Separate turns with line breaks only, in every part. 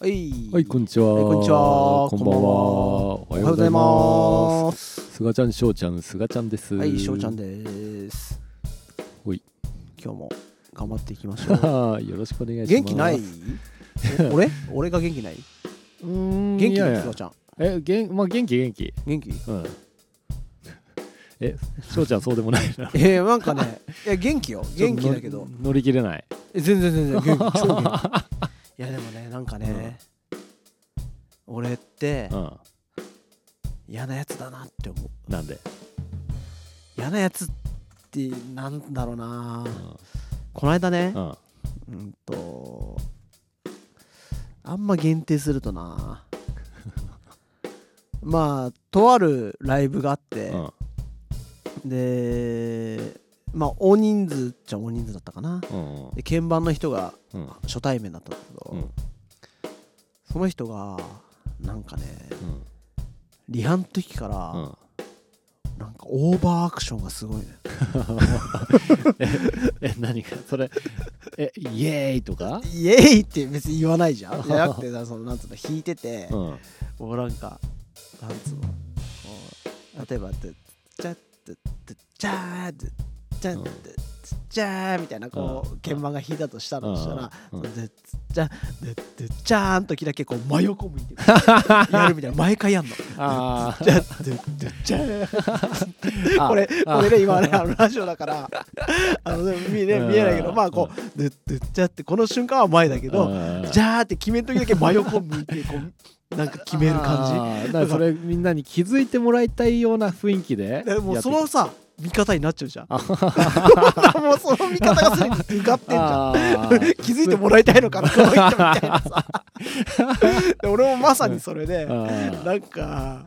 はい
はい、こんにちは。
はいこんにちは
こんばんは。
おはようござい
おはようございま。
ますす
すがちゃん、しょうちゃん、すがちゃんです。
はいしょうちゃん
で。
です
ほい
今日も頑張っていきましょう
よろしくお願いします。
元気ないお俺俺が元気ないう
ーん。
元気
いやい
な
や
すがちゃん
え、元まあ元気元気。
元気
うん。え、しょうちゃんそうでもないな。
えー、なんかねいや元気よ 元気だけど
乗り乗り切れない。
え全然全然元気超元気 いやでもねなんかね、俺って
うん。
嫌なやつだなって思う
なんで。
嫌なやつってなんだろうな
うん。
この間ね、
うん。
うんとあんま限定するとな まあとあるライブがあって
う、ん。
でまあ大人数っちゃ大人数だったかな
うん。
で鍵盤の人が
うん。
初対面だったんだけど、
うん
その人がなんかね
うん。
リハの時から、
うん。
なんかオーバーアクションがすごいね
え、何か、それ。え、イエーイとか。
イエーイって別に言わないじ ゃんいやだってさそのなんつうの弾いてて、
うん。
もうなんかなんつうのこう例えば「てちゃっててちゃー」って「ちゃってちゃー」みたいなこ
う
うん鍵盤が弾いたとしたとしたら「
うん
そのでちゃででちゃーん」時だけこう真横向いて やるみたいな毎回やんの。
あ
じゃででちゃー
あ。
これ
あ
これね今ねあのラジオだ からあの見,、ね、
うん
見えないけどまあこう「ででちゃ」ってこの瞬間は前だけど
うん
「じゃー」って決める時だけ真横向いてこうなんか決める感じ。
じだからそれみんなに気づいてもらいたいような雰囲気で
でも
や
う
って
そ
いく
のさ見方になっちゃうじゃん
あ
もうその見方がすでに受かってんじゃん
あー
気づいてもらいたいのかなこの人みたいな さで俺もまさにそれで
あー
なんか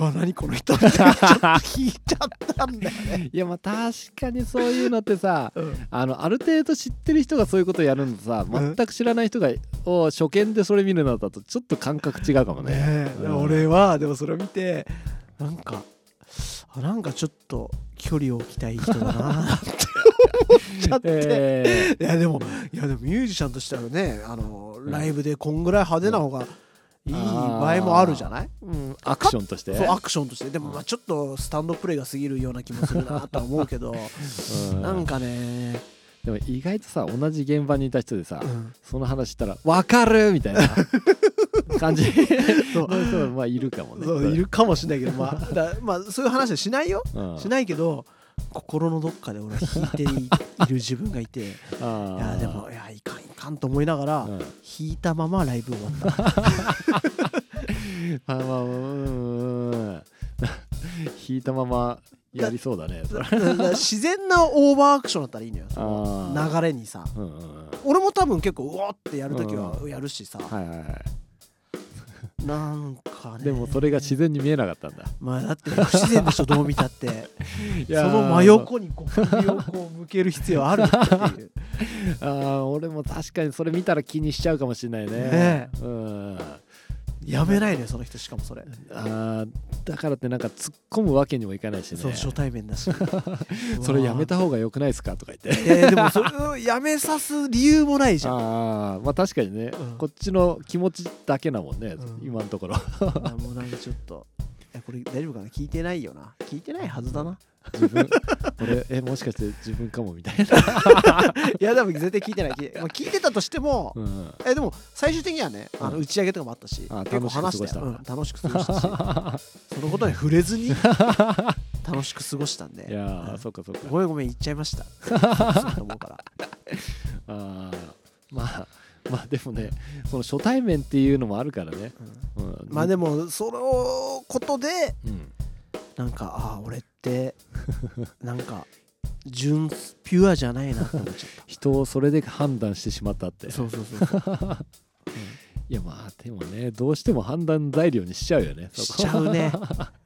うわ何この人みたいなちょっと引いちゃったんだよ ね、
いやまあ確かにそういうのってさ
うん
あのある程度知ってる人がそういうことやるのとさ
うん
全く知らない人がを初見でそれ見るのだとちょっと感覚違うかもね
ねえ
うん
俺はでもそれを見てなんかあなんかちょっと距離を置きたい人だ なって思っちゃって、
え
いやでもいやでもミュージシャンとしてはねあのライブでこんぐらい派手な方がいい場合もあるじゃない、
ーうんアクションとして
そうアクションとしてでもまあちょっとスタンドプレーが過ぎるような気もするなとは思うけど
うん
なんかね、
でも意外とさ同じ現場にいた人でさ
うん
その話したら「わかる!」みたい な感じ
そう
の人もまあいるかもね
そういるかもしれないけど、まあだまあ、そういう話はしないよ、
うん
しないけど心のどっかで俺は弾いていいる自分がいてい
あー
やでもいやいかんいかんと思いながら、
うん
弾いたままライブ終わった
あまあうんうんうん 引いたままやりそうだね それ
だから自然なオーバーアクションだったらいいのよその
あー
流れにさ
うんうんうん
俺も多分結構うおーってやるときは
う
やるしさ、
はいはいは
なんかね
いでもそれが自然に見えなかったんだ
まあだって不自然でしょどう見たって
い
そ
やー
の真横にこう首をこう向ける必要あるっていう
あー俺も確かにそれ見たら気にしちゃうかもしれないね
ね
うんあ
やめないのよその人しかもそれ、
ーだからってなんか突っ込むわけにもいかないしね
そう初対面だし
それやめ
う
た方が良くないですかとか 言っ
わ
て
ーえーでもそれをやめさす理由もないじゃん
ああまあ確かにね、
うん
こっちの気持ちだけだもんね、
うん
今のところ
あもうなんかちょっとえこれ大丈夫かな聞いてないよな聞いてないはずだな
自 分俺えもしかして自分かもみたいな、
いやでも絶対聞いてない聞いて,、まあ、聞いてたとしても、
うん、
えでも最終的にはねあの
うん
打ち上げとかもあったし、
あ
結構話して 楽しく過ごしたしそのことに触れずに 楽しく過ごしたんで
いやー、
うん
そっかそっか。
ごめんごめん言っちゃいました そうと思うから
あーまあ、まあでもね、その初対面っていうのもあるからね。うん、
まあでもそのことで
うん、
なんかああ俺ってなんか純ピュアじゃないなって思っちゃっ
人をそれで判断してしまったって
た。 そうそうそうそう、
いや、まあでもね、どうしても判断材料にしちゃうよね、
うん、
そこ
しちゃうね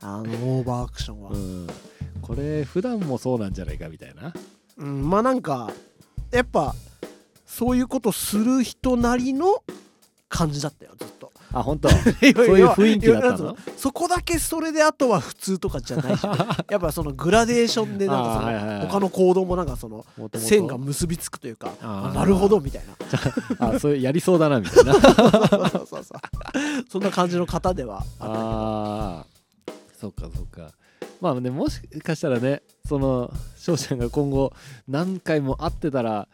あのオーバーアクションは、
うん、これ、普段もそうなんじゃないかみたいな。
うん、まあなんかやっぱそういうことする人なりの感じだったよずっと
あ本当
そう
そういう雰囲気だったの
そこだけそれであとは普通とかじゃないじゃんやっぱそのグラデーションでなんかその、
あーはいはいはい
他の行動もなんかその
元々
線が結びつくというか
あー
あなるほどみたいな
あそういうやりそうだなみた いな
そうそうそうそんな感じの方ではあった
あーそっかそっかまあねもしかしたらねその翔ちゃんが今後何回も会ってたら、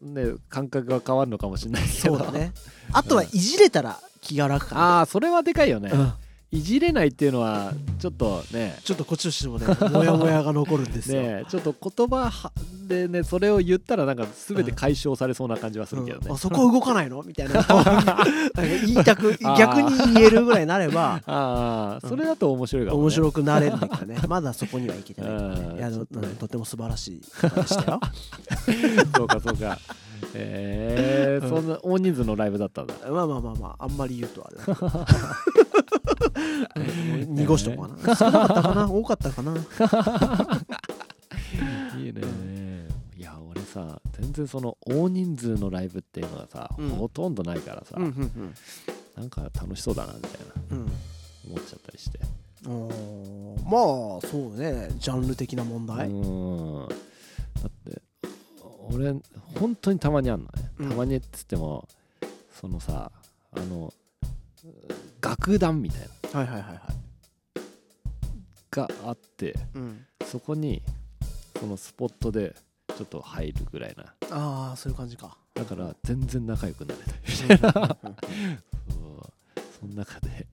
ね、感覚が変わるのかもしれないけ
そ
ど
うだねあとはいじれたら気が楽か
ああそれはでかいよね、
な、うん
いじれないっていうのはちょっとね
ちょっとこっちとしてもねモヤモヤが残るんですよ、
ねちょっと言葉はでねそれを言ったらなんか全て解消されそうな感じはするけどね、
うんあそこ動か ないのみたいななんか言いたく
あー
逆に言えるぐらいになれば
ああ それだと面白いかも、ね、
面白くなれるんだけどねまだそこにはいけてない から
う
ね
ん
いやでも
ちょっとね
うんとても素晴らしい方でした よ
そうかそうかえー
うん
そんな大人数のライブだったんだ
まあまあまあまああんまり言うとあれだけ どうん濁しとこうかな少なかったかな多かった かない
いねいや俺さ全然その大人数のライブっていうのはさ、
うん
ほとんどないからさ、
うんうん
なんか楽しそうだなみたいな
うん
思っちゃったりして、
うんおーまあそうねジャンル的な問題、
うーんだって俺本当にたまにあんのね、
うん
たまにっつってもそのさあの楽団みたいな
は
の
いはいはいはい、
があって
うん、
そこにそのスポットでちょっと入るぐらいな
ああそういう感じか
だから全然仲良くなれない そうその中で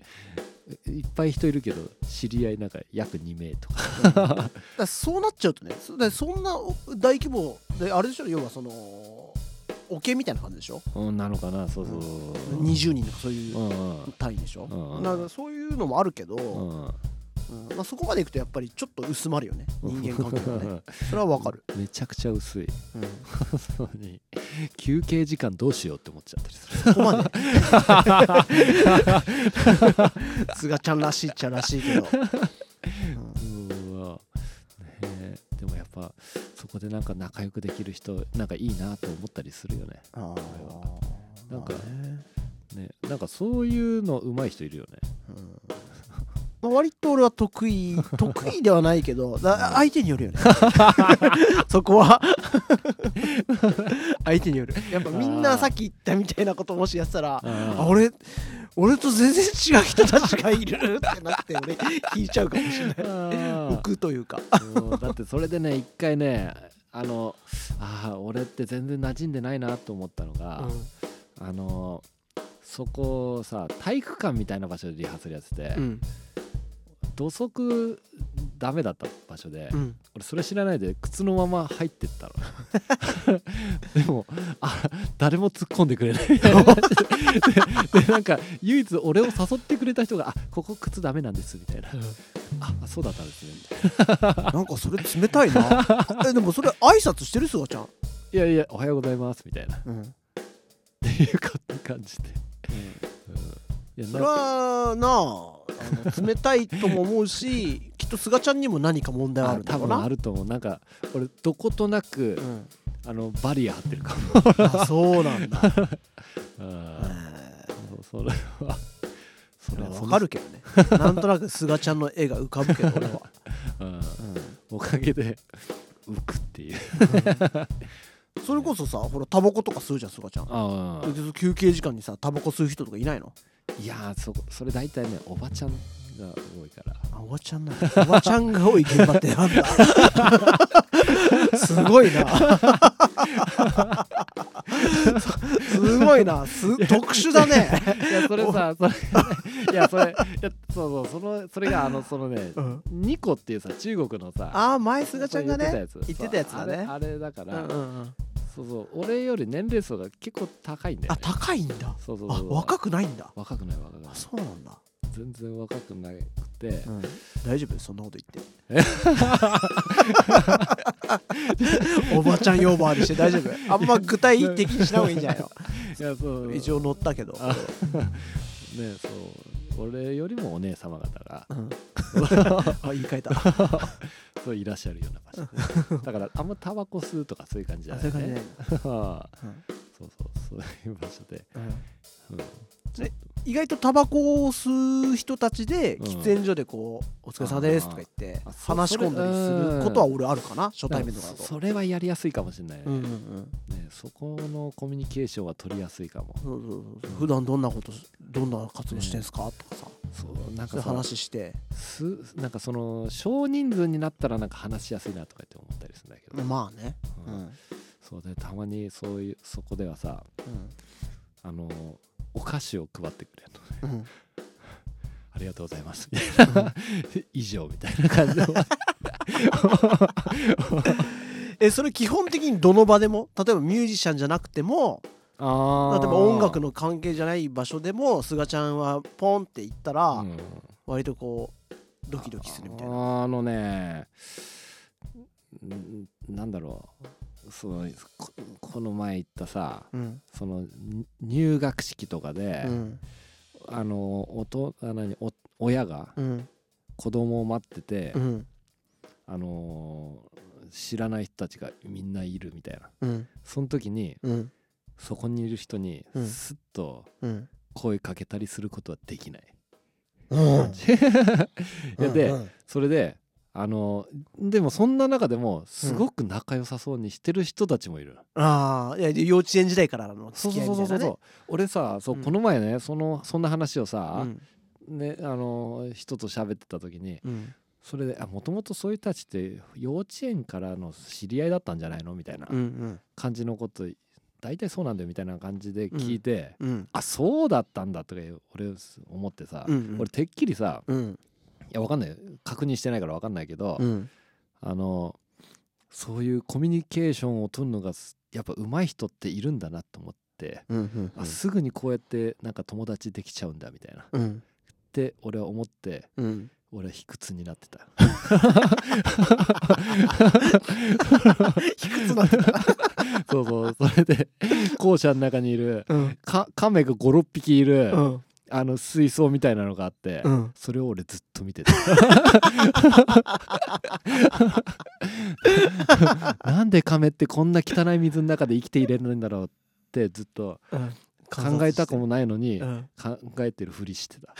いっぱい人いるけど知り合いなんか約2名と
だ
か
からそうなっちゃうとねそだからそんなお大規模であれでしょ要はそのオケみたいな感じでしょ
うんなのかなそうそう、
20人とかそういううん
うん
単位でしょ
うん
だからそういうのもあるけど、
うん
うんまあ、そこまでいくとやっぱりちょっと薄まるよね人間関係が ねそれはわかる、
めちゃくちゃ薄い
うん
そうに休憩時間どうしようって思っちゃったりす
そ
る
こまで菅ちゃんらしいっちゃらしいけど、
うわねえでもやっぱそこでなんか仲良くできる人なんかいいなと思ったりするよね
あー
なんか
まあね
ねなんかそういうの上手い人いるよね
うんまあ、割と俺は得 意得意ではないけどだ相手によるよねそこ は相手によるやっぱみん
あ
な
ー
さっき言ったみたいなこともしやってたら
あー
あ俺俺と全然違う人たちがいるってなって俺引いちゃうかもしれない浮くというか
そうだってそれでね一回ねあのああ俺って全然馴染んでないなと思ったのが、あのそこさ体育館みたいな場所でリハーサルやってて、
うん
土足ダメだった場所で、
うん
俺それ知らないで靴のまま入ってったの でもあ誰も突っ込んでくれないででなんか唯一俺を誘ってくれた人が「あここ靴ダメなんです」みたいな「ああそうだったんですね」みたい
なんかそれ冷たいなえでもそれ挨拶してるすがちゃん、
な「いやいやおはようございます」みたいなっていうか感じで、うんい
そ
や
れ
な
はなああの冷たいとも思うし きっとすがちゃんにも何か問題はあ
あ
るんだ
多
ろう
分
な
あると思うなんか俺どことなく、
うん
あのバリア張ってるかも、
あそうなん だ。
うんそうそれはそれは
わかるけどね。なんとなく菅ちゃんの絵が浮かぶけど俺は。
その、うん、おかげで浮くっていう
それこそさ、ほらタバコとか吸うじゃん菅ちゃん。
ああ
で休憩時間にさタバコ吸う人とかいないの？
いやーそそれ大体ねおばちゃんが多いから
あおばちゃんなんだ。おばちゃんが多い現場ってなんだ。すごいな。すごいな。す特殊だね。
いやそれさそれいやそれいやそうそうそのそれがあのそのね、
うん
ニコっていうさ中国のさ
ああ前菅ちゃんがね
そう
言ってたやつだね
そうあれあれだか
う
ら、
んうんうん。
そうそう俺より年齢層が結構高いんだよ、
あ
ね、
高いんだ。
そうそう
あ
そう
若くないんだ。
若くない若くない
あそうなんだ。
全然若くなくて、
うん大丈夫そんなこと言
え
っ て。おばちゃん呼ばわりして大丈夫あんま具体的にしない方がいいんじゃないの
いやそう
一応乗ったけど、
あねそう俺よりもお姉様方が
うん、あ言い 換えた
そういらっしゃるような 場所でだからあんまタバコ吸うとかそういう感じじゃ
あ
な
そういう
い
感じじゃない
ね
んだ
そう
うん
そうそういう場所で、うん、
で意外とタバコを吸う人たちで
うん
喫煙所でこう「お疲れ様です」とか言って
あーあそ
話し込んだりすることは俺あるかな初対面とかだ
そ
と。
それはやりやすいかもしれない、
うんうんうん
ね、そこのコミュニケーションは取りやすいかも
そうそうそう普段どんなことしどんな活動してんすかとかさ
そうなん
そういう
かさ
話して
すなんかその少人数になったらなんか話しやすいなとかって思ったりするんだけど、
まあね
う
うんん
そうでたまにそういうそこではさあのお菓子を配ってくれ
う
るのね
んうん
ありがとうございますみたいな 以上みたいな感じで
えそれ基本的にどの場でも例えばミュージシャンじゃなくても例
あ
えば音楽の関係じゃない場所でもすがちゃんはポンって行ったら
うん
割とこうドキドキするみたいな。
あのねんなんだろうそうここの前行ったさ
うん
そのに入学式とかで、
うん
あのおとあ何お親が
うん
子供を待ってて、
うん
あのー知らない人たちがみんないるみたいな
うん
その時に
うん
そこにいる人に
うん
スッと
うん
声かけたりすることはできない。
うん
いやでそれであのーでもそんな中でもすごく仲良さそうにしてる人たちもいる。
ああいや幼稚園時代からの
そ
付
う
き合
そう
い
そ
みた
う
いうな
そそう、
ね。
俺さそう、
うん
この前ねそのそんな話を
う
さ、
ん
ねあのー人と喋ってた時に
うん
それでもともとそういう人たちって幼稚園からの知り合いだったんじゃないのみたいな
うんうん
感じのこと大体そうなんだよみたいな感じで聞いて、
うん
あそうだったんだとか俺思ってさ、
うんうん
俺てっきりさ
うん
いやわかんない確認してないからわかんないけど、
うん
あのそういうコミュニケーションを取るのがすやっぱ上手い人っているんだなと思って、
うんうん
あすぐにこうやってなんか友達できちゃうんだみたいなっ
うん
て俺は思って
うん
俺は卑屈になって た
卑屈なんだ
そうそうそれで校舎の中にいる
うん
か亀が56匹いる、
うん
あの水槽みたいなのがあって、
うん
それを俺ずっと 見てたなんで亀ってこんな汚い水の中で生きていれるんだろうってずっと考えたくもないのに
うん
考えてるふりして た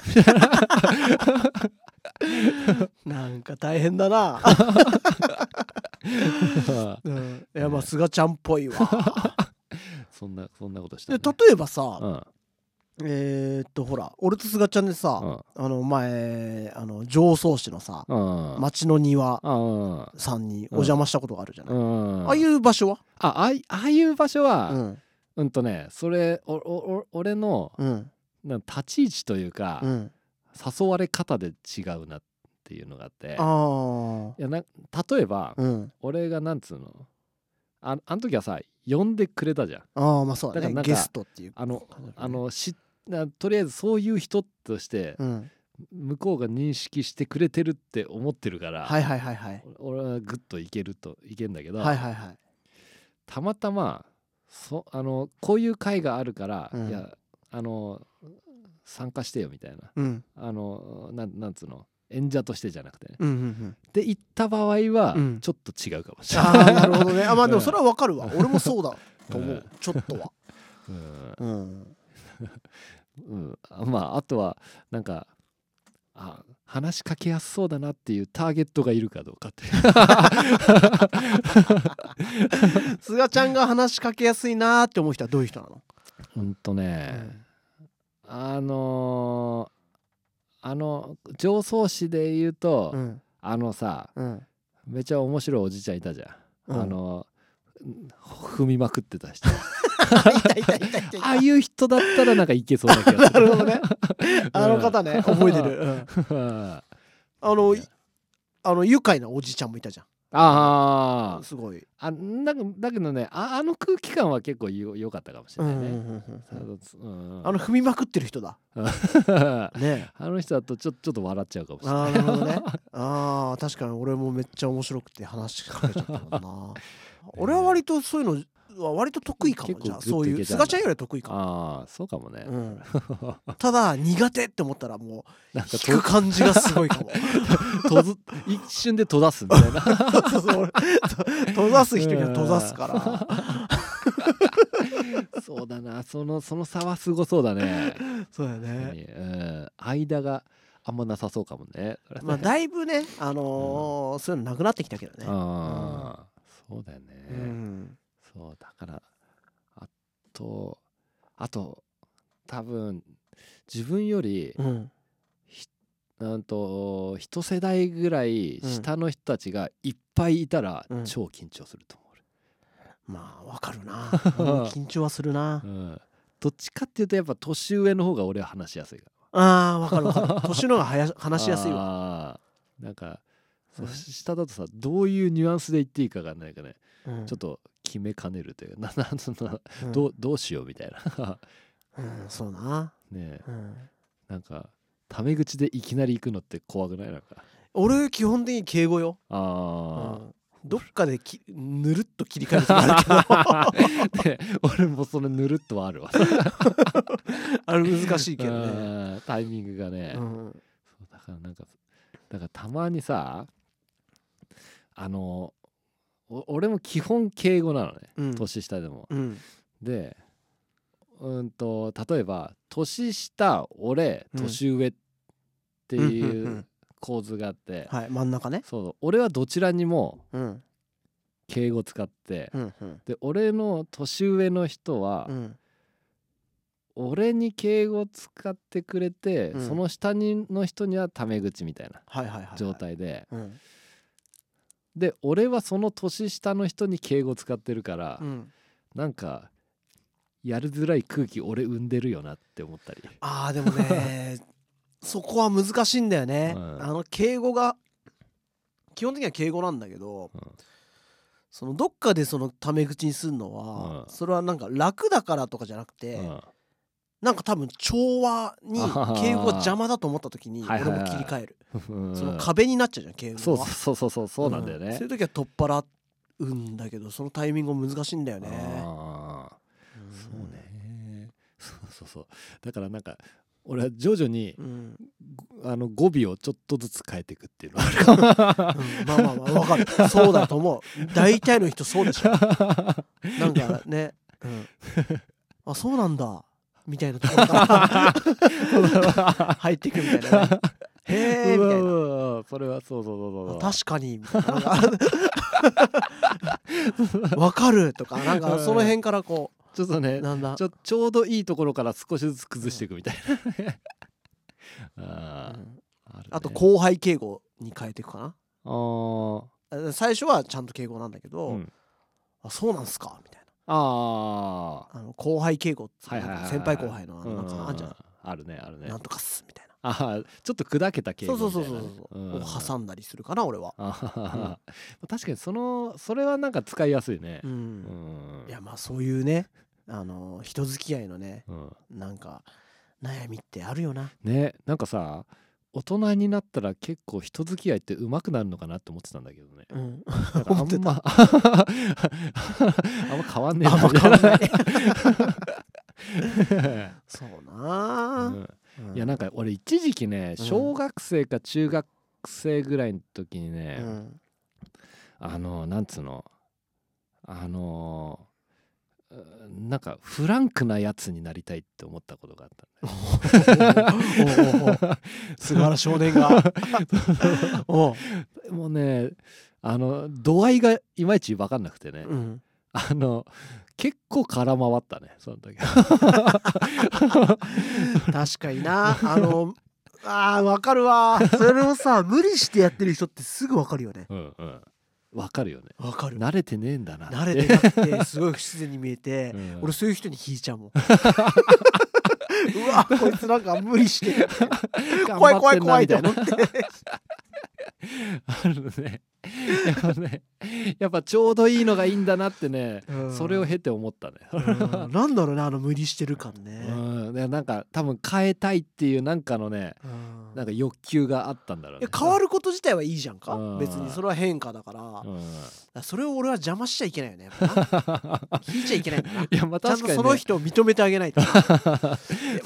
なんか大変だな。うん、いやまあすがちゃんっぽいわ。
そんなそんなことし
で
た、ね、
例えばさ、
うん
えー、っとほら俺とすがちゃんで
う
さ、
ん
あの前あの常総市のさ、
うん
町の庭
うんうん
さんにお邪魔したことがあるじゃない。
うん
ああいう場所は？
ああいああいう場所は、う、
うんん
とねそれおおお俺の
うん
なん立ち位置というか、
うん。
誘われ方で違うなっていうのがあって
ああ
いやな例えば、
うん。
俺がなんつうのああの時はさ呼んでくれたじゃん
ああまあそうだ
だから
ね
なんか
ゲストっていう
あの
感じだね
あのしなとりあえずそういう人として
うん、
向こうが認識してくれてるって思ってるから、
はいはいはいはい
お俺はグッといけるといけんだけど、
はいはいはい
たまたまそあのこういう会があるから、
うん
いやあの参加してよみたいな
うん
あのなんなんつうの演者としてじゃなくてね
うんうん うん
で行った場合は、
うん
ちょっと違うかもしれない。
ああなるほどねあまあでもそれはわかるわ俺もそうだと 思うちょっとは
うん
うん
うん、あまああとはなんかあ話しかけやすそうだなっていうターゲットがいるかどうかって
すがちゃんが話しかけやすいなーって思う人はどういう人なの
ほんとね、あのーあの常総市で言うと、
ん
あのさ
うん
めちゃ面白いおじちゃんいたじゃん、
うん
あの踏みまくってた 人
いたいたいたいたい
あ
た
あいう人だったらなんかいけそう な気がす
な
る
るほどねあの方ね覚えてる、うん
あ
あのいあの愉快なおじちゃんもいたじゃ
あ
んすごい
あなんかだけどねああの空気感は結構よ良かったかもしれないね、あのつうんうん
あの踏みまくってる人だね
あの人だとちょちょっと笑っちゃうかもしれ
あ
ない。
ーなるほどねあー確かに俺もめっちゃ面白くて話しかけちゃったもん な俺は割とそういうのは割と得意かも
結構
じゃあ
グッと
そうい
いけ
う
ちゃ
す
うんだ
がちゃんよりは得意かも、
ああそうかもね。
うん、 ただ苦手って思ったらもう
なんか
引く感じがすごい かも
ととず一瞬で閉ざすみたいな。
そうそうそう俺と閉ざす人には閉ざすから
そうだなそのその差はすごそうだね
そうや
確か
ね
にうん間があんまなさそうかもね
まあだいぶねあのーそういうのなくなってきたけどね
ああそうだよね、
うん
そうだからあとあと多分自分より
うん
うんと一世代ぐらい下の人たちがいっぱいいたら
うん
超緊張すると思う俺
まあわかる なうん緊張はするな
うんどっちかっていうとやっぱ年上の方が俺は話しやすいか
あーわかるわかる 年の方がはや
ら
話しやすいわ
わなんかそう
うん
下だとさどういうニュアンスで言っていいかがないかね
うん
ちょっと決めかねるというかななその
うん
どうどうしようみたいな
うんそうな
ねえ
うん
なんかタメ口でいきなり行くのって怖くないなんか
俺基本的に敬語よ
あ
うんどっかできぬるっと切り替える時あるけど
あ、 ね俺もそのぬるっとはあるわ
あれ難 しいけどね
うんタイミングがね、
うん
そうだからなんかだからたまにさあのお俺も基本敬語なのね、
うん
年下でも
うん
でうんと例えば年下俺
うん
年上って
ん
い
ん
うん構図があって、
はい真ん中ね
そう俺はどちらにも
うん
敬語使って、
うんうん
で俺の年上の人は、
うん
俺に敬語使ってくれて、
うん
その下にの人にはタメ口みたいな
はいはいはいはい
状態で、
うん
で俺はその年下の人に敬語使ってるから、
うん
なんかやるづらい空気俺生んでるよなって思ったり
あーでも ねそこは難しいんだよね、
うん
あの敬語が基本的には敬語なんだけど、
うん
そのどっかでそのタメ口にするのは、
うん
それはなんか楽だからとかじゃなくて、
うん
なんか多分調和に
あはは
敬語が邪魔だと思った時に
はい
俺
はいはい
も切り替える、
うん
その壁になっちゃうじゃん敬語は
そうそうそうそうそうなんだよ
うん
ね
そうい、う時は取っ払うんだけどそのタイミングも難しいんだよね、
ああ
ん
そうねそうそうそうだからなんか俺は徐々に
うん、
あの語尾をちょっとずつ変えていく っていうのはあるかも
うんまあまあまあわかるそうだと思う大体の人そうでしょなんかね、うん、あそうなんだみたいなところから 入っていくみたいな、ね、へえみたいな
なそれはそうそうそうそう
あ確かにみたいななんかわかるとかなんかその辺からこ
ちょっと
う
ね
なんだ
ちょちょうどいいところから少しずつ崩していくみたい な、ねあ
うん
ーあるね
あと後輩敬語に変えていくか
あー
な最初はちゃんと敬語なんだけど、
うん
あそうなんすかみたい
あ
なあの後輩敬語っつう
ーはいはいはいはい
先輩後輩のあ
う
のなんかあんじゃん
あるねあるね
なんとかっすみたいな
あーちょっと砕けた系
そうそうそうそうそう、を
ん
挟んだりするかな俺は
あはは確かにそのそれはなんか使いやすいね
う、
うんん
いやまあそういうねあの人付き合いのね
うん
なんか悩みってあるよな
ねなんかさ大人になったら結構人付き合いって上手くなるのかなって思ってたんだけどね
うん
なん かあんまあんま変わんねえ
あんま変わん ない
い
そうなあ、
いやなん
か
か俺一時期ね
うん
小学生か中学生ぐらいの時にね、
う ん
あのなんつうのあのうーなんかフランクなやつになりたいって思ったことがあったんだよ
おうおうおう菅原少年 がおう、
もうねあの度合いがいまいち分かんなくてね、
うん、
あの結構空回ったねその時
確かになあのあーわかるわそれをさ無理してやってる人ってすぐわかるよね
うんうん分かるよね
わかる
慣れてねえんだなって
慣れてなくてすごい不自然に見えて、
うん
俺そういう人に引いちゃうも んうわこいつなんか無理 して怖い怖い怖いと
頑
思
張
って
ってんなみたいなあるねやっぱねやっぱちょうどいいのがいいんだなってね、
うん
それを経て思ったね、
うんなんだろうねあの無理してる感
う
ね、
んでなんか多分変えたいっていうなんかのね
うん
なんか欲求があったんだろう
いや
ね
変わること自体はいいじゃんか、
うん
別にそれは変化だから,、
うん
それを俺は邪魔しちゃいけないよねやっぱな 引いちゃいけないんだな、
いやまあ
ちゃんと
確かに、ね、
その人を認めてあげないとで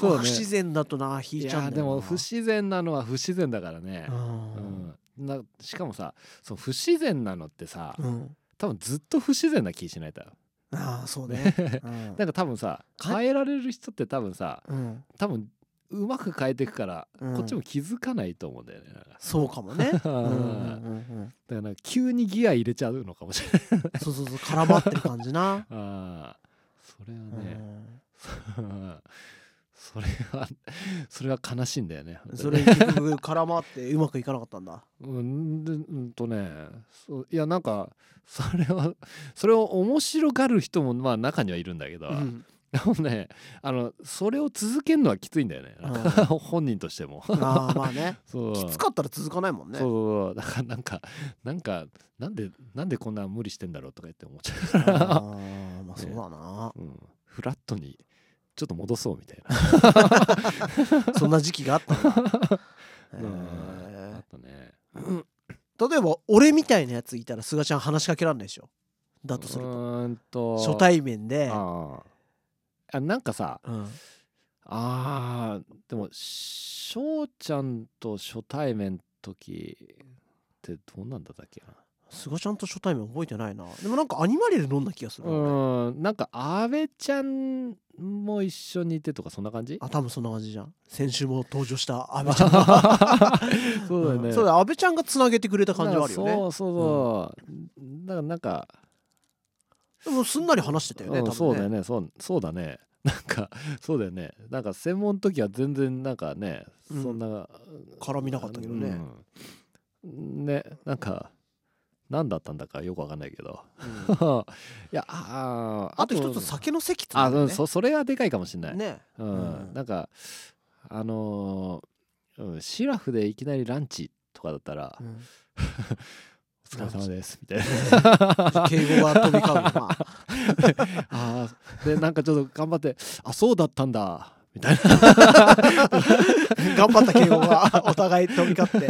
そう
も不
ね
自然だとな引
い
いちゃうん
や
だよな
でも不自然なのは不自然だからね
う、
うん
ん
なしかもさその不自然なのってさ
うん
多分ずっと不自然な気しないだろ
ああそうねうん
なんか多分さ変えられる人って多分さ
うん
多分うまく変えていくから、
うん
こっちも気づかないと思うんだよねなんか
そうかもねうんうんうん
だからなんか急にギア入れちゃうのかもしれない
うんそうそうそう絡まってる感じな
あーそれは ね、
う
それはそれは悲しいんだよね
んそれ結局絡まってうまくいかなかったんだ
うんでうんとねそういやなんかそれはそれを面白がる人もまあ中にはいるんだけど、
うん
でもねあのそれを続けるのはきついんだよね、なんか本人としても
ああまあね
そう
きつかったら続かないもんね
そうそうそうだからなんかなんかなんでなんでこんな無理してんだろうとか言って思っちゃうか
あ
ら、
ーまあそうだな
うん、フラットにちょっと戻そうみたいな、
そんな時期があったんだへ
うんあ
ー
とね
例えば俺みたいなやついたらすがちゃん話しかけらんないでしょだとする
う
と
ーんと
初対面で
あーあなんかさ
うん
あーでも翔ちゃんと初対面の時ってどうなんだったっけな
すがちゃんと初対面覚えてないなでもなんかアニマリル飲んだ気がするな俺
うんなんか阿部ちゃんも一緒にいてとかそんな感じ
あ多分そんな感じじゃん先週も登場した阿部ちゃんが
そうだよね。
そうだ阿部ちゃんがつなげてくれた感じはあるよ
そ
ね
うそうそう。だからなんか、
でもすんなり話してたよね
うん
多
そうだよ
分ね
ね。そうそうだね。 なんかそうだよね。なんか専門の時は全然なんかね、
うん
そんな
絡みなかったけどね。
うんねなんか何だったんだかよくわかんないけど。
うん
いやあー
あと一つ酒の席っての
あ、うん
ね
そそれはでかいかもしれない。
ね
うん
うん
なんかあのーうんシラフでいきなりランチとかだったら「
うん
お疲れ様です」みたいな
敬語が飛び交うよまあ
あーでなんかちょっと頑張って「あそうだったんだ」みたいな
頑張った敬語 がお互い飛び交って、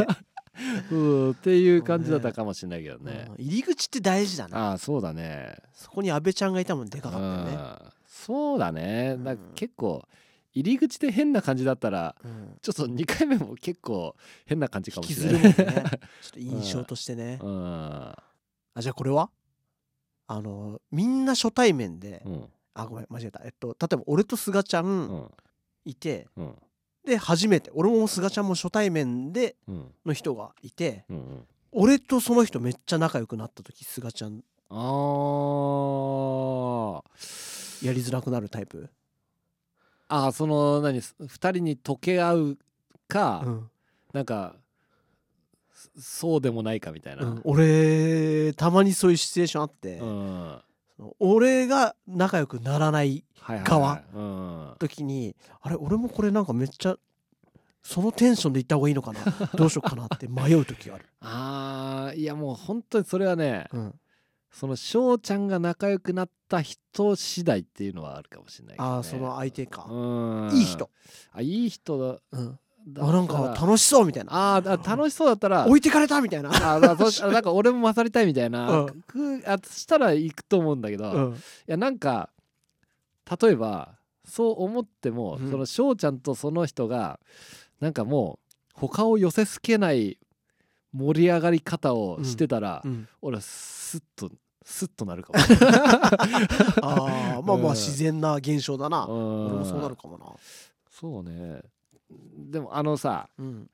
うんっていう感じだったかもしれないけどね
うん入り口って大事だな
ああそうだね
そこに安倍ちゃんがいたもんでかかったよね、
うんそうだね
うん
なんか結構入り口で変な感じだったら
うん、
ちょっと2回目も結構変な感じか
引
も
き
し
ず
れ
る
な
も
い
んねちょっと印象としてね、
うん
あじゃあこれはあのみんな初対面で、
うん
あごめん間違えたえっと例えば俺と菅ちゃ
うんん
いて、
うん
で初めて俺も菅ちゃんも初対面で
うん
の人がいて
うんうん
俺とその人めっちゃ仲良くなった時菅ちゃん
あー
やりづらくなるタイプ、
あーその何す二人に溶け合うか、
うん
なんかそそうでもないかみたいな、
う
うん
ん、俺たまにそういうシチュエーションあって、
は
その俺が仲良くならない
いはいはい
側
うん
時にあれ俺もこれなんかめっちゃそのテンションで行った方がいいの かなどうしようかなって迷う時がある、
あーいやもう本当にそれはね、
うん、
その翔ちゃんが仲良くなった人次第っていうのはあるかもしれないけど、ね、
あーその相手か
うん
いい人、
あいい人だ
うん、
だ
あなん
ったら
か楽しそうみたいな
あーあ楽しそうだったら
置いてかれたみたいな、
あまあそう あなんか俺も勝りたいみたい
う
な、
ん
くあしたら行くと思うんだけど、いやなんか例えばそう思っても、
うん
その翔ちゃんとその人がなんかもう他を寄せつけない盛り上がり方をしてたら、
うん
俺はスッとスッとなるかもしれない。
あーまあま
うん
あ自然な現象だな、
うん
俺もそうなるかもな、
そうねでもあのさ
うん、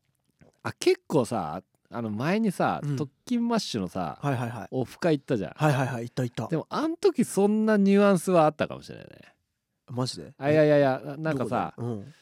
あ結構さあの前にさ、
うん
特勤マッシュのさ、
はいはいはい
オフ会行ったじゃん。
はいはいはい行った行った
でもあの時そんなニュアンスはあったかもしれないね。
マジで
あいやいやいやななんかさ
どこでうん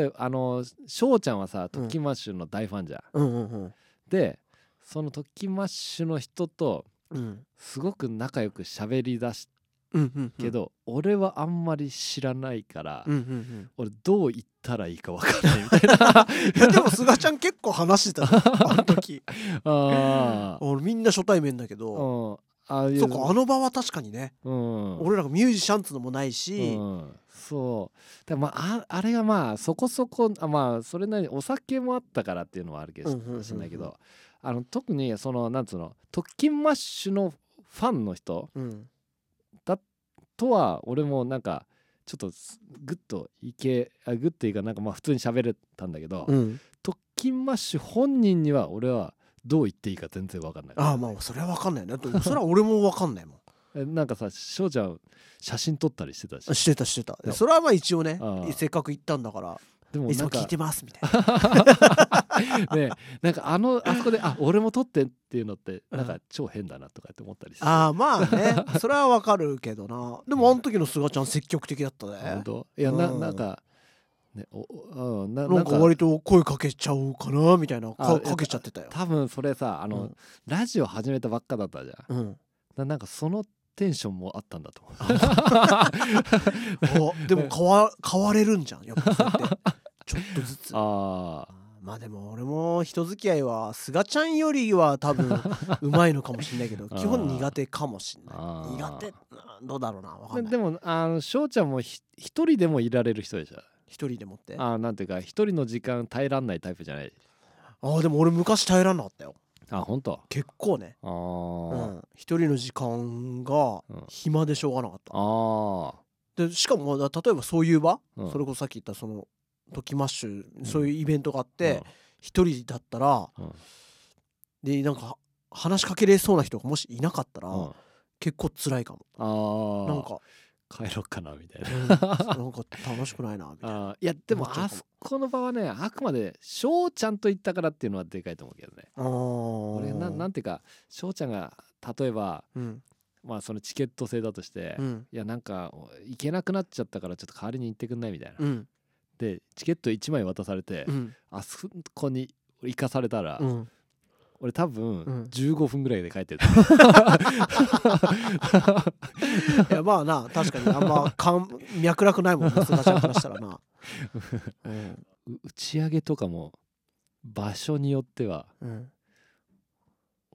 例えばあの翔ちゃんはさ特訓マッシュの大ファンじゃん。
うんうん
でその特訓マッシュの人と
うんうん
すごく仲良く喋りだし
うんうん
けど、俺はあんまり知らないから、
うんうんうん
俺どう言ったらいいか分かんないみた いな
いやでも菅ちゃん結構話してたね あの時
あー
俺みんな初対面だけ
う
ど、
んああいう
そうかあの場は確かにね、
うん、
俺らがミュージシャンっつうのもないし、
うん、そうでもまあああれがまあそこそこあまあそれなりにお酒もあったからっていうのはあるけど
うんうんうんうん
しんないけどあの特にそのなんつうの特勤マッシュのファンの人
うん
とは俺もなんかちょっとすグッといけあグッというかなんかまあ普通に喋れたんだけど、
うん
特勤マッシュ本人には俺はどう言っていいか全然わかんない
ああまあそれは分かんないなだってそれは俺も分かんないもん
えなんかさ翔ちゃん写真撮ったりしてた し
してたしてた
いや
それはまあ一応ね
ああ
せっかく行ったんだから
でも
いつ
な
も
んか
聞いてますみたいな
ねなんかあのあそこで 「あ俺も撮って」っていうのってなんか超変だなとかって思ったりして
ああまあね それはわかるけどなでもあの時のすがちゃん積極的だった
本
ね
当いやな
うん
なんかねおおうんな
なんか割と声かけちゃおうかなみたいな
あ
かかけちゃってたよ
多分それさあの、
うん
ラジオ始めたばっかだったじゃん
うん
ななんかそのテンションもあったんだと思う
おでも変わ変われるんじゃんやっぱそう やってちょっとずつ
あ
ま あでも俺も人付き合いはすがちゃんよりは多分うまいのかもしれない けど基本苦手かもしれな
あー
い苦手などうだろうなわか
ー
んな
で
い
でもあの翔ちゃんもひ一人でもいられる人でしょ
一人でもってあ
あーなんていうか一人の時間耐えらんないタイプじゃない
あでも俺昔耐えらんなかったよ
あ本当
結構ね
あ
う
ー、
ん一人の時間が
うん
暇でしょうがなかった
あ
でしかもだ例えばそういう場、
うん
それこそさっき言ったそのトキマッシュ
ん
そういうイベントがあっ
で
て一、人だったら、
うん
でなんか話しかけれそうな人がもしいなかったら、
あ
結構辛いかも
あー
なんか
帰ろっかなみたいな
うんなんか楽しくないなみたいな
あーいやでも
思っちゃう
あ
かも
そこの場はねあくまで翔ちゃんと言ったからっていうのはでかいと思うけどね
あー
俺ななんていうか翔ちゃんが例えば
うん
まあそのチケット制だとして、
うん
いやなんかお行けなくなっちゃったからちょっと代わりに行ってくんないみたいな、
うん
でチケット1枚渡されて、
うん
あそこに行かされたら、
うん
俺多分
うん
15分ぐらいで帰ってる、
いやまあな確かにあんま感脈絡ないもんね菅ちゃんからしたら な、うん
う打ち上げとかも場所によっては
うん、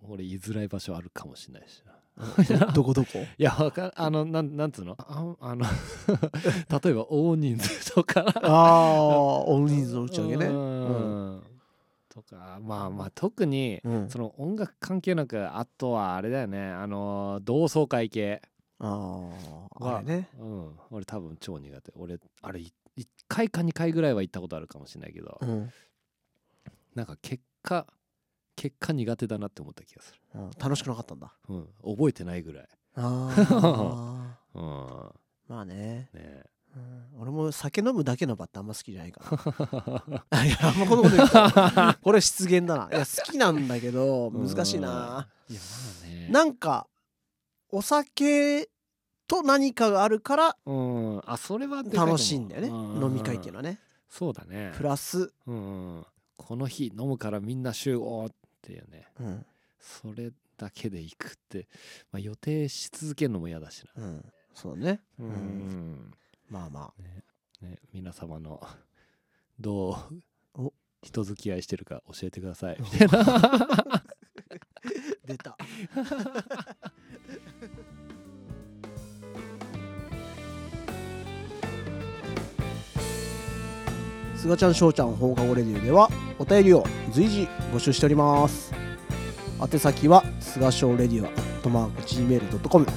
俺居づらい場所あるかもしれないしな
どこど こ
いやわかんあのなんなんつうのああの 例えば大人数とか
ああ大人数の打ち上げね
うんとかまあまあ特に、
うん
その音楽関係なくあとはあれだよねあの同窓会系、
ああ
は
あれね
うん、俺多分超苦手俺あれ1回か2回ぐらいは行ったことあるかもしれないけど、
うん
なんか結果結果苦手だなって思った気がす
うん楽しくなかったんだ
る、うん、覚えてないぐらい、
ああ
うん、
まあね、
ねえ
うん俺も酒飲むだけの場ってあんま好きじゃないから いやあんまこのこと言うとこれ失言だないや好きなんだけど難しいな、
いやまあね
なんかお酒と何かがあるから
うんあそれはでかいかも
楽しいんだよね飲み会っていうのはね
そうだね
プラス、
うん、この日飲むからみんな集合っていうね
うん
それだけで行くって、まあ、予定し続けるのも嫌だしな
うん、そうね
うんん、
まあま
ね、皆様のどう
お
人付き合いしてるか教えてください
あ
みたいな
あ 出たすがちゃんしょうちゃん放課後レディオではお便りを随時募集しております宛先はすがしょうレディオアットマーク Gmail.com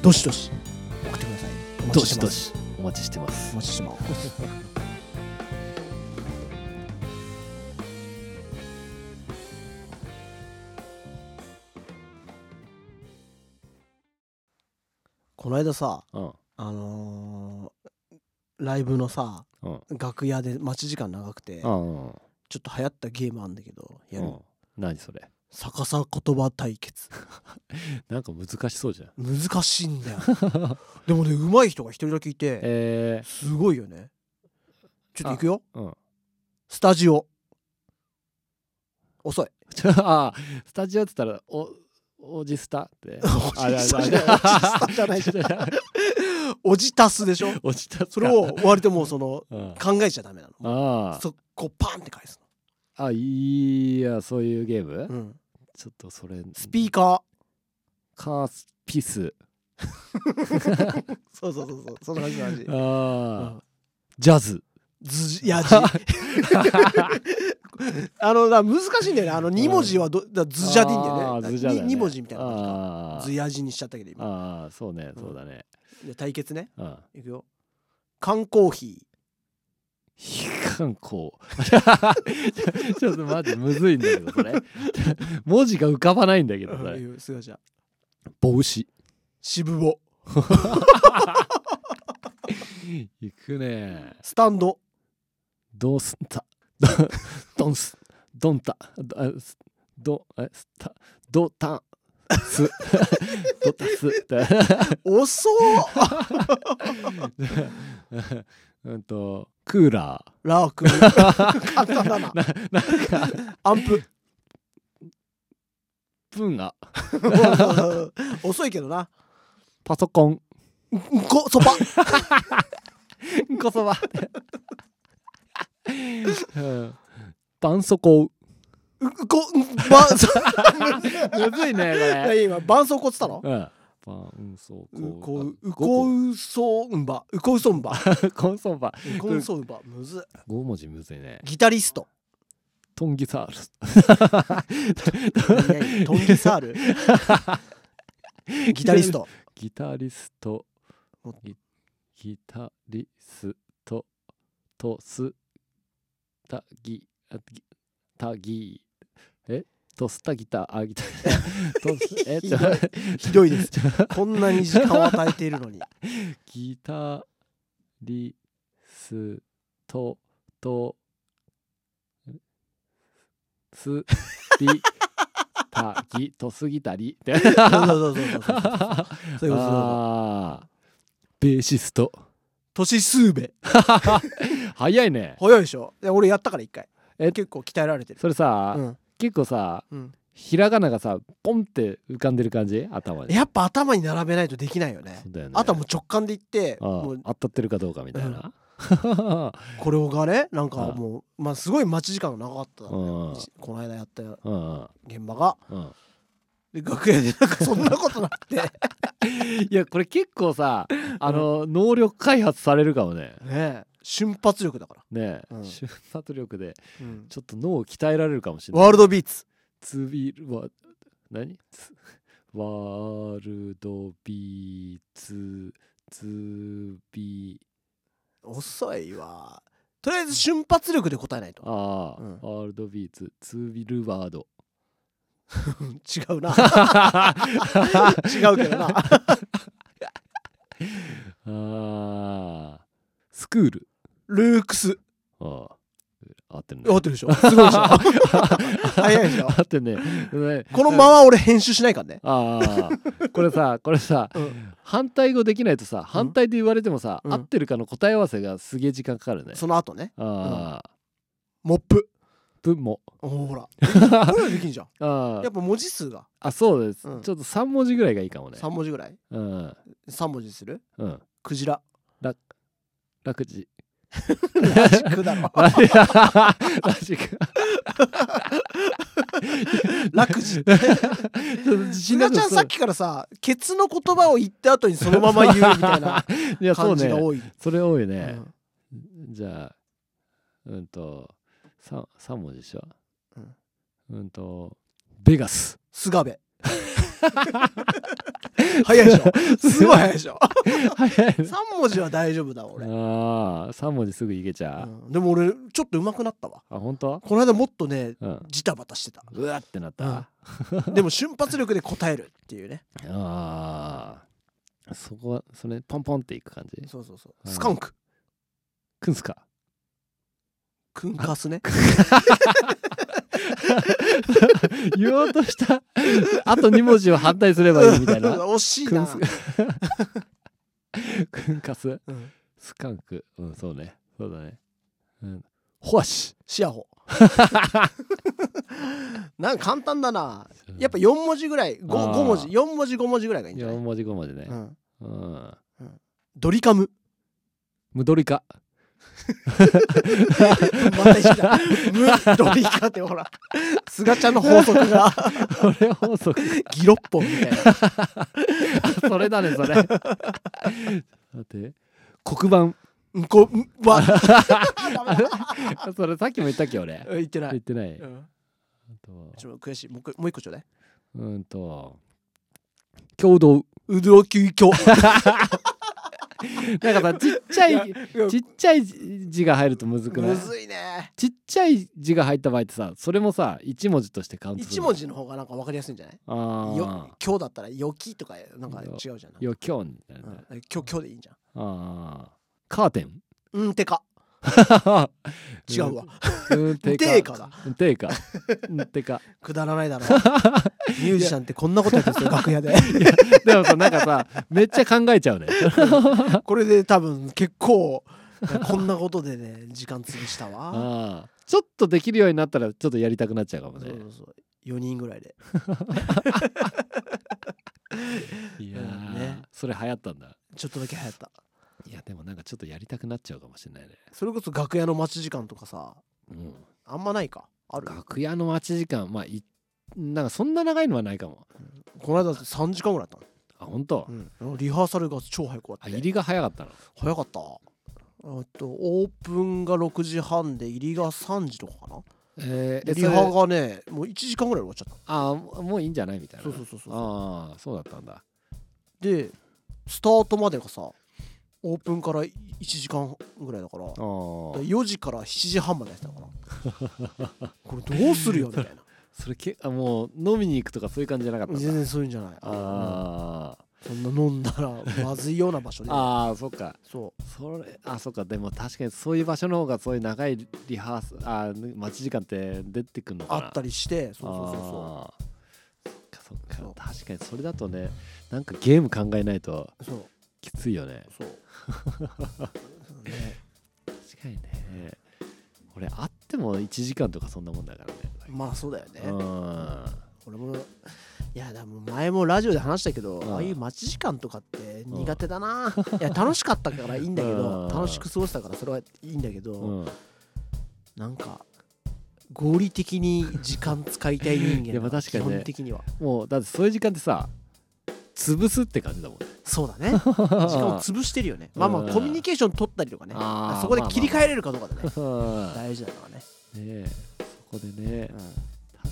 どしどし送ってくださいお待
ど
ちし
して
ま
ど
す
しお待ちしてます
お待ちしてますこの間さ
うん
あのーライブのさ
うん
楽屋で待ち時間長くてち
う
ょ
んうん
っと流行ったゲームあんだけどやる
何それ
逆さ言葉対決
なんか難しそうじゃん
難しいんだよでもね上手い人が一人だけいて
え
すごいよねちょっと行くよ
ー、うん
スタジオ遅い
ちょ あースタジオって言ったらおおじスタ ってあれあれあれ
おじスタじゃないおじスタじゃないおじたすでしょ
おじた
それを割ともうその
うん
考えちゃダメなの
あ
そこパンって返す
ああいやそういうゲーム、
の、うん、
ちょっとそれ
スピーカ
カースピス
ーそうそうそうそうそんな感じそんな感じ
あ、
う
ー
ん
ジャズ
ずじやじ あのだ難しいんだよねあの2文字はどだずじゃでいいんだ
あ
よ
ー
ね
ズジャだよね
2文字みたいな感
あ
じ
ー
かずやじにしちゃったけど今
あーそうね
うん
そうだね
じゃあ対決ね
うん
いくよ缶コーヒ
非観光 ちょっとマジむずいんだ けどそれ文字が浮かばないんだけどそれ
ーすがちゃん
帽子
渋を
行くね
スタンド
どうすんた どんすどんたどあすどえすたどたんす どたすって
遅っ
うんとクーラ
ラーク簡単だな
ーななんか
アンプ
プンが
遅いけどな
パソコン
うんこそば
うんこそば うんばんそこ
うんこうんばんそ
むずいね
今絆創膏っつったの
これうんばんそうこ
こう こうそうんばうこうそうんば
うこんそば
うこうそうんばむずい
5文字むずいね
ギタリスト
トンギサ ール
何トンギサールギタリスト
ギタリスト
も
ギギタリストとすたぎあぎたぎえとすたギタあギタ とすえ
ひ
ち
ど
ょ
いひどいですこんなに時間を与えているのに
ギタリストとすりたぎとすぎた りそうそう
そうそうそうそうそうそういうこと
あーベーシスト
年数べ
早いね
早いでしょいや俺やったから一回
え
結構鍛えられてる
それさ、
うん
結構さ
うん
ひらがながさポンって浮かんでる感じ頭に
やっぱ頭に並べないとできないよね
そうだよね
あとはもう直感で言って
ああ
もう
当たってるかどうかみたいな、
これがねなん
あ
か
あ
もうまあすごい待ち時間が長かった
う
こ
ん
の間やった
うん
現場が
うん、
で楽屋でなんかそんなことなくて ね
いやこれ結構さあの、能力開発されるかもね
え瞬発力だから
ねえ、
うん
瞬発力で
うん
ちょっと脳を鍛えられるかもしれない
ワールドビーツ
ツビルは何ツワールドビーツツビ
遅いわとりあえず瞬発力で答えないと
ああ、
うん
ワールドビーツツビル ワード
違うな違うけどな
ああスクール
ルークス
ああ合ってるね
合ってるでしょすごいでし ょ早いでしょ
合ってるねね
この間は俺編集しないからね
ああ これさこれさ
うん
反対語できないとさ反対で言われてもさ、
うん
合ってるかの答え合わせがすげえ時間かかるね
その後ね
ああ、
モップ
文も
おほ らこれはできんじゃん
ああ
やっぱ文字数が
あそうです、
うん
ちょっと3文字ぐらいがいいかもね
3文字ぐらい
うん
3文字する
うん
クジラ
楽 字
ラジ クだろ
ラジラジク
ラクジ
ちょっと自
ち
信な
な
く
ちゃんさっきからさケツの言葉を言った後にそのまま言うみたい ない
やそう
感じが
ね
多い
それ多いうね、
ん
じゃあうんと 3, 三文字でしょ
うん
うんとベガス
菅部早いでしょ すごい早いでしょ
早いね
3文字は大丈夫だ俺、
ああ3文字すぐいけちゃ
う
う、
んでも俺ちょっと上手くなったわ
あ本当
この間もっとね
うん
ジタバタして た
うわってなった、
うん
あ
でも瞬発力で答えるっていうね
あそこはそれポンポンっていく感 じ
そうそうそううんスカンク
くんすか
クンカスね
言おうとした あと2文字を反対すればいいみたい な
惜しい
くん
な
すくんかす
うん
スカンクうんそうねそうだねうんホワシ
シアホ なんか簡単だなやっぱ4文字ぐらい 5,
あー
文字4文字5文字ぐらいがいいんじゃな
4
い、
文字5文字ね
うん、
うん
ドリカム
ムドリカ
また一緒だ無ドリカってほら菅ちゃんの法則が
これ法則
ギロッポンみたいな
それだねそれ待って黒板
うんこうんわダメだ
それさっきも言ったっけ 俺
言ってな
言
い、
ってない
うん
あとは
ちょっと悔しいもう一個もう一個ちょうだい
うんと共同
うどきゅうきょ
なんかさちっちゃいちっちゃい字が入るとむずくな
む
い
ずいね
ちっちゃい字が入った場合ってさそれもさ1文字としてカウントす
一
る
文字の方がなんかわかりやすいんじゃない
あ
よ
ー
今日だったら「よき」とかなんか違うじゃない、
余興みたいな
う
ね
ん、今日今日でいいんじゃん
ああカーテン
うんて か違うわ、
うん てか
てかだ
うんてかうんてか
くだらないだ ろミュージシャンってこんなことやってるんですよ楽屋で
でもさなんかさめっちゃ考えちゃうね
これで多分結構こんなことでね時間潰したわ
ああちょっとできるようになったらちょっとやりたくなっちゃうかも
そう
ね
そうそう4人ぐらいで
いや
うん
ー、
ね
それ流行ったんだ
ちょっとだけ流行った
いやでもなんかちょっとやりたくなっちゃうかもしれないね、
それこそ楽屋の待ち時間とかさ
うん、
あんまないかある
楽屋の待ち時間まあいなんかそんな長いのはないかも
この間3時間ぐらいあっ
あ本当、
たの、うんリハーサルが超早く終わ
あ
って
入りが早かったの
早かったえっとオープンが6時半で入りが3時とかかな
え
リハがねもう1時間ぐらいで終わっちゃっ
あもういいんじゃないみたい
た
な
そうそうそうそう
ああそうだったんだ
でスタートまでがさオープンから1時間ぐらいだから
あー
4時から7時半までやってたのかな これどうするよみたい な
それけあもう飲みに行くとかそういう感じじゃなかったんだ
全然そういうんじゃない
あー
そんな飲んだらまずいような場 所で
あーそっか
そ
それあそっかでも確かにそういう場所の方がそういう長いリハースあー待ち時間って出てくるの
う
か
あ
な
ったりしてそうそうそうそ
あーそっかそ
そ
っ
う
か確かにそれだとねなんかゲーム考えないと
うそう
きついよね
そう そうね
確かにね俺あっても1時間とかそんなもんだからね
まあそうだよね
うん
俺もいやでも前もラジオで話したけど
うん
ああいう待ち時間とかって苦手だな いや楽しかったからいいんだけ
う
ど
ん
楽しく過ごしたからそれはいいんだけど
うん
なんか合理的に時間使いたい人
いやま
間
あ
だ
確か
基
にね
本的には
もうだってそういう時間ってさ潰すって感じだもんね
そうだね 時間を潰してるよねまあま
うん
あコミュニケーション取ったりとかね
あー
そこで切り替えれるかどうかだね
ね
大事なのはね
えそこでね
うん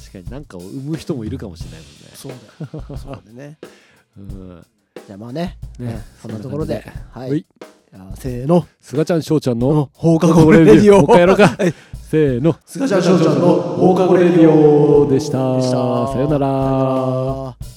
確かに何かを生む人もいるかもしれない
そうだよそうでね
もんね
じゃあまあね
うんね
そんなところでは
はい
いじゃあせーの
すがちゃんしょうちゃんの
放課
後
後
レ
レ
デ
デ
ィ
ィ
オ
オ
もう一回やろうかせーの
スガちゃん、しょうちゃんの
放課後レディオでした
でした。
さよなら
ら。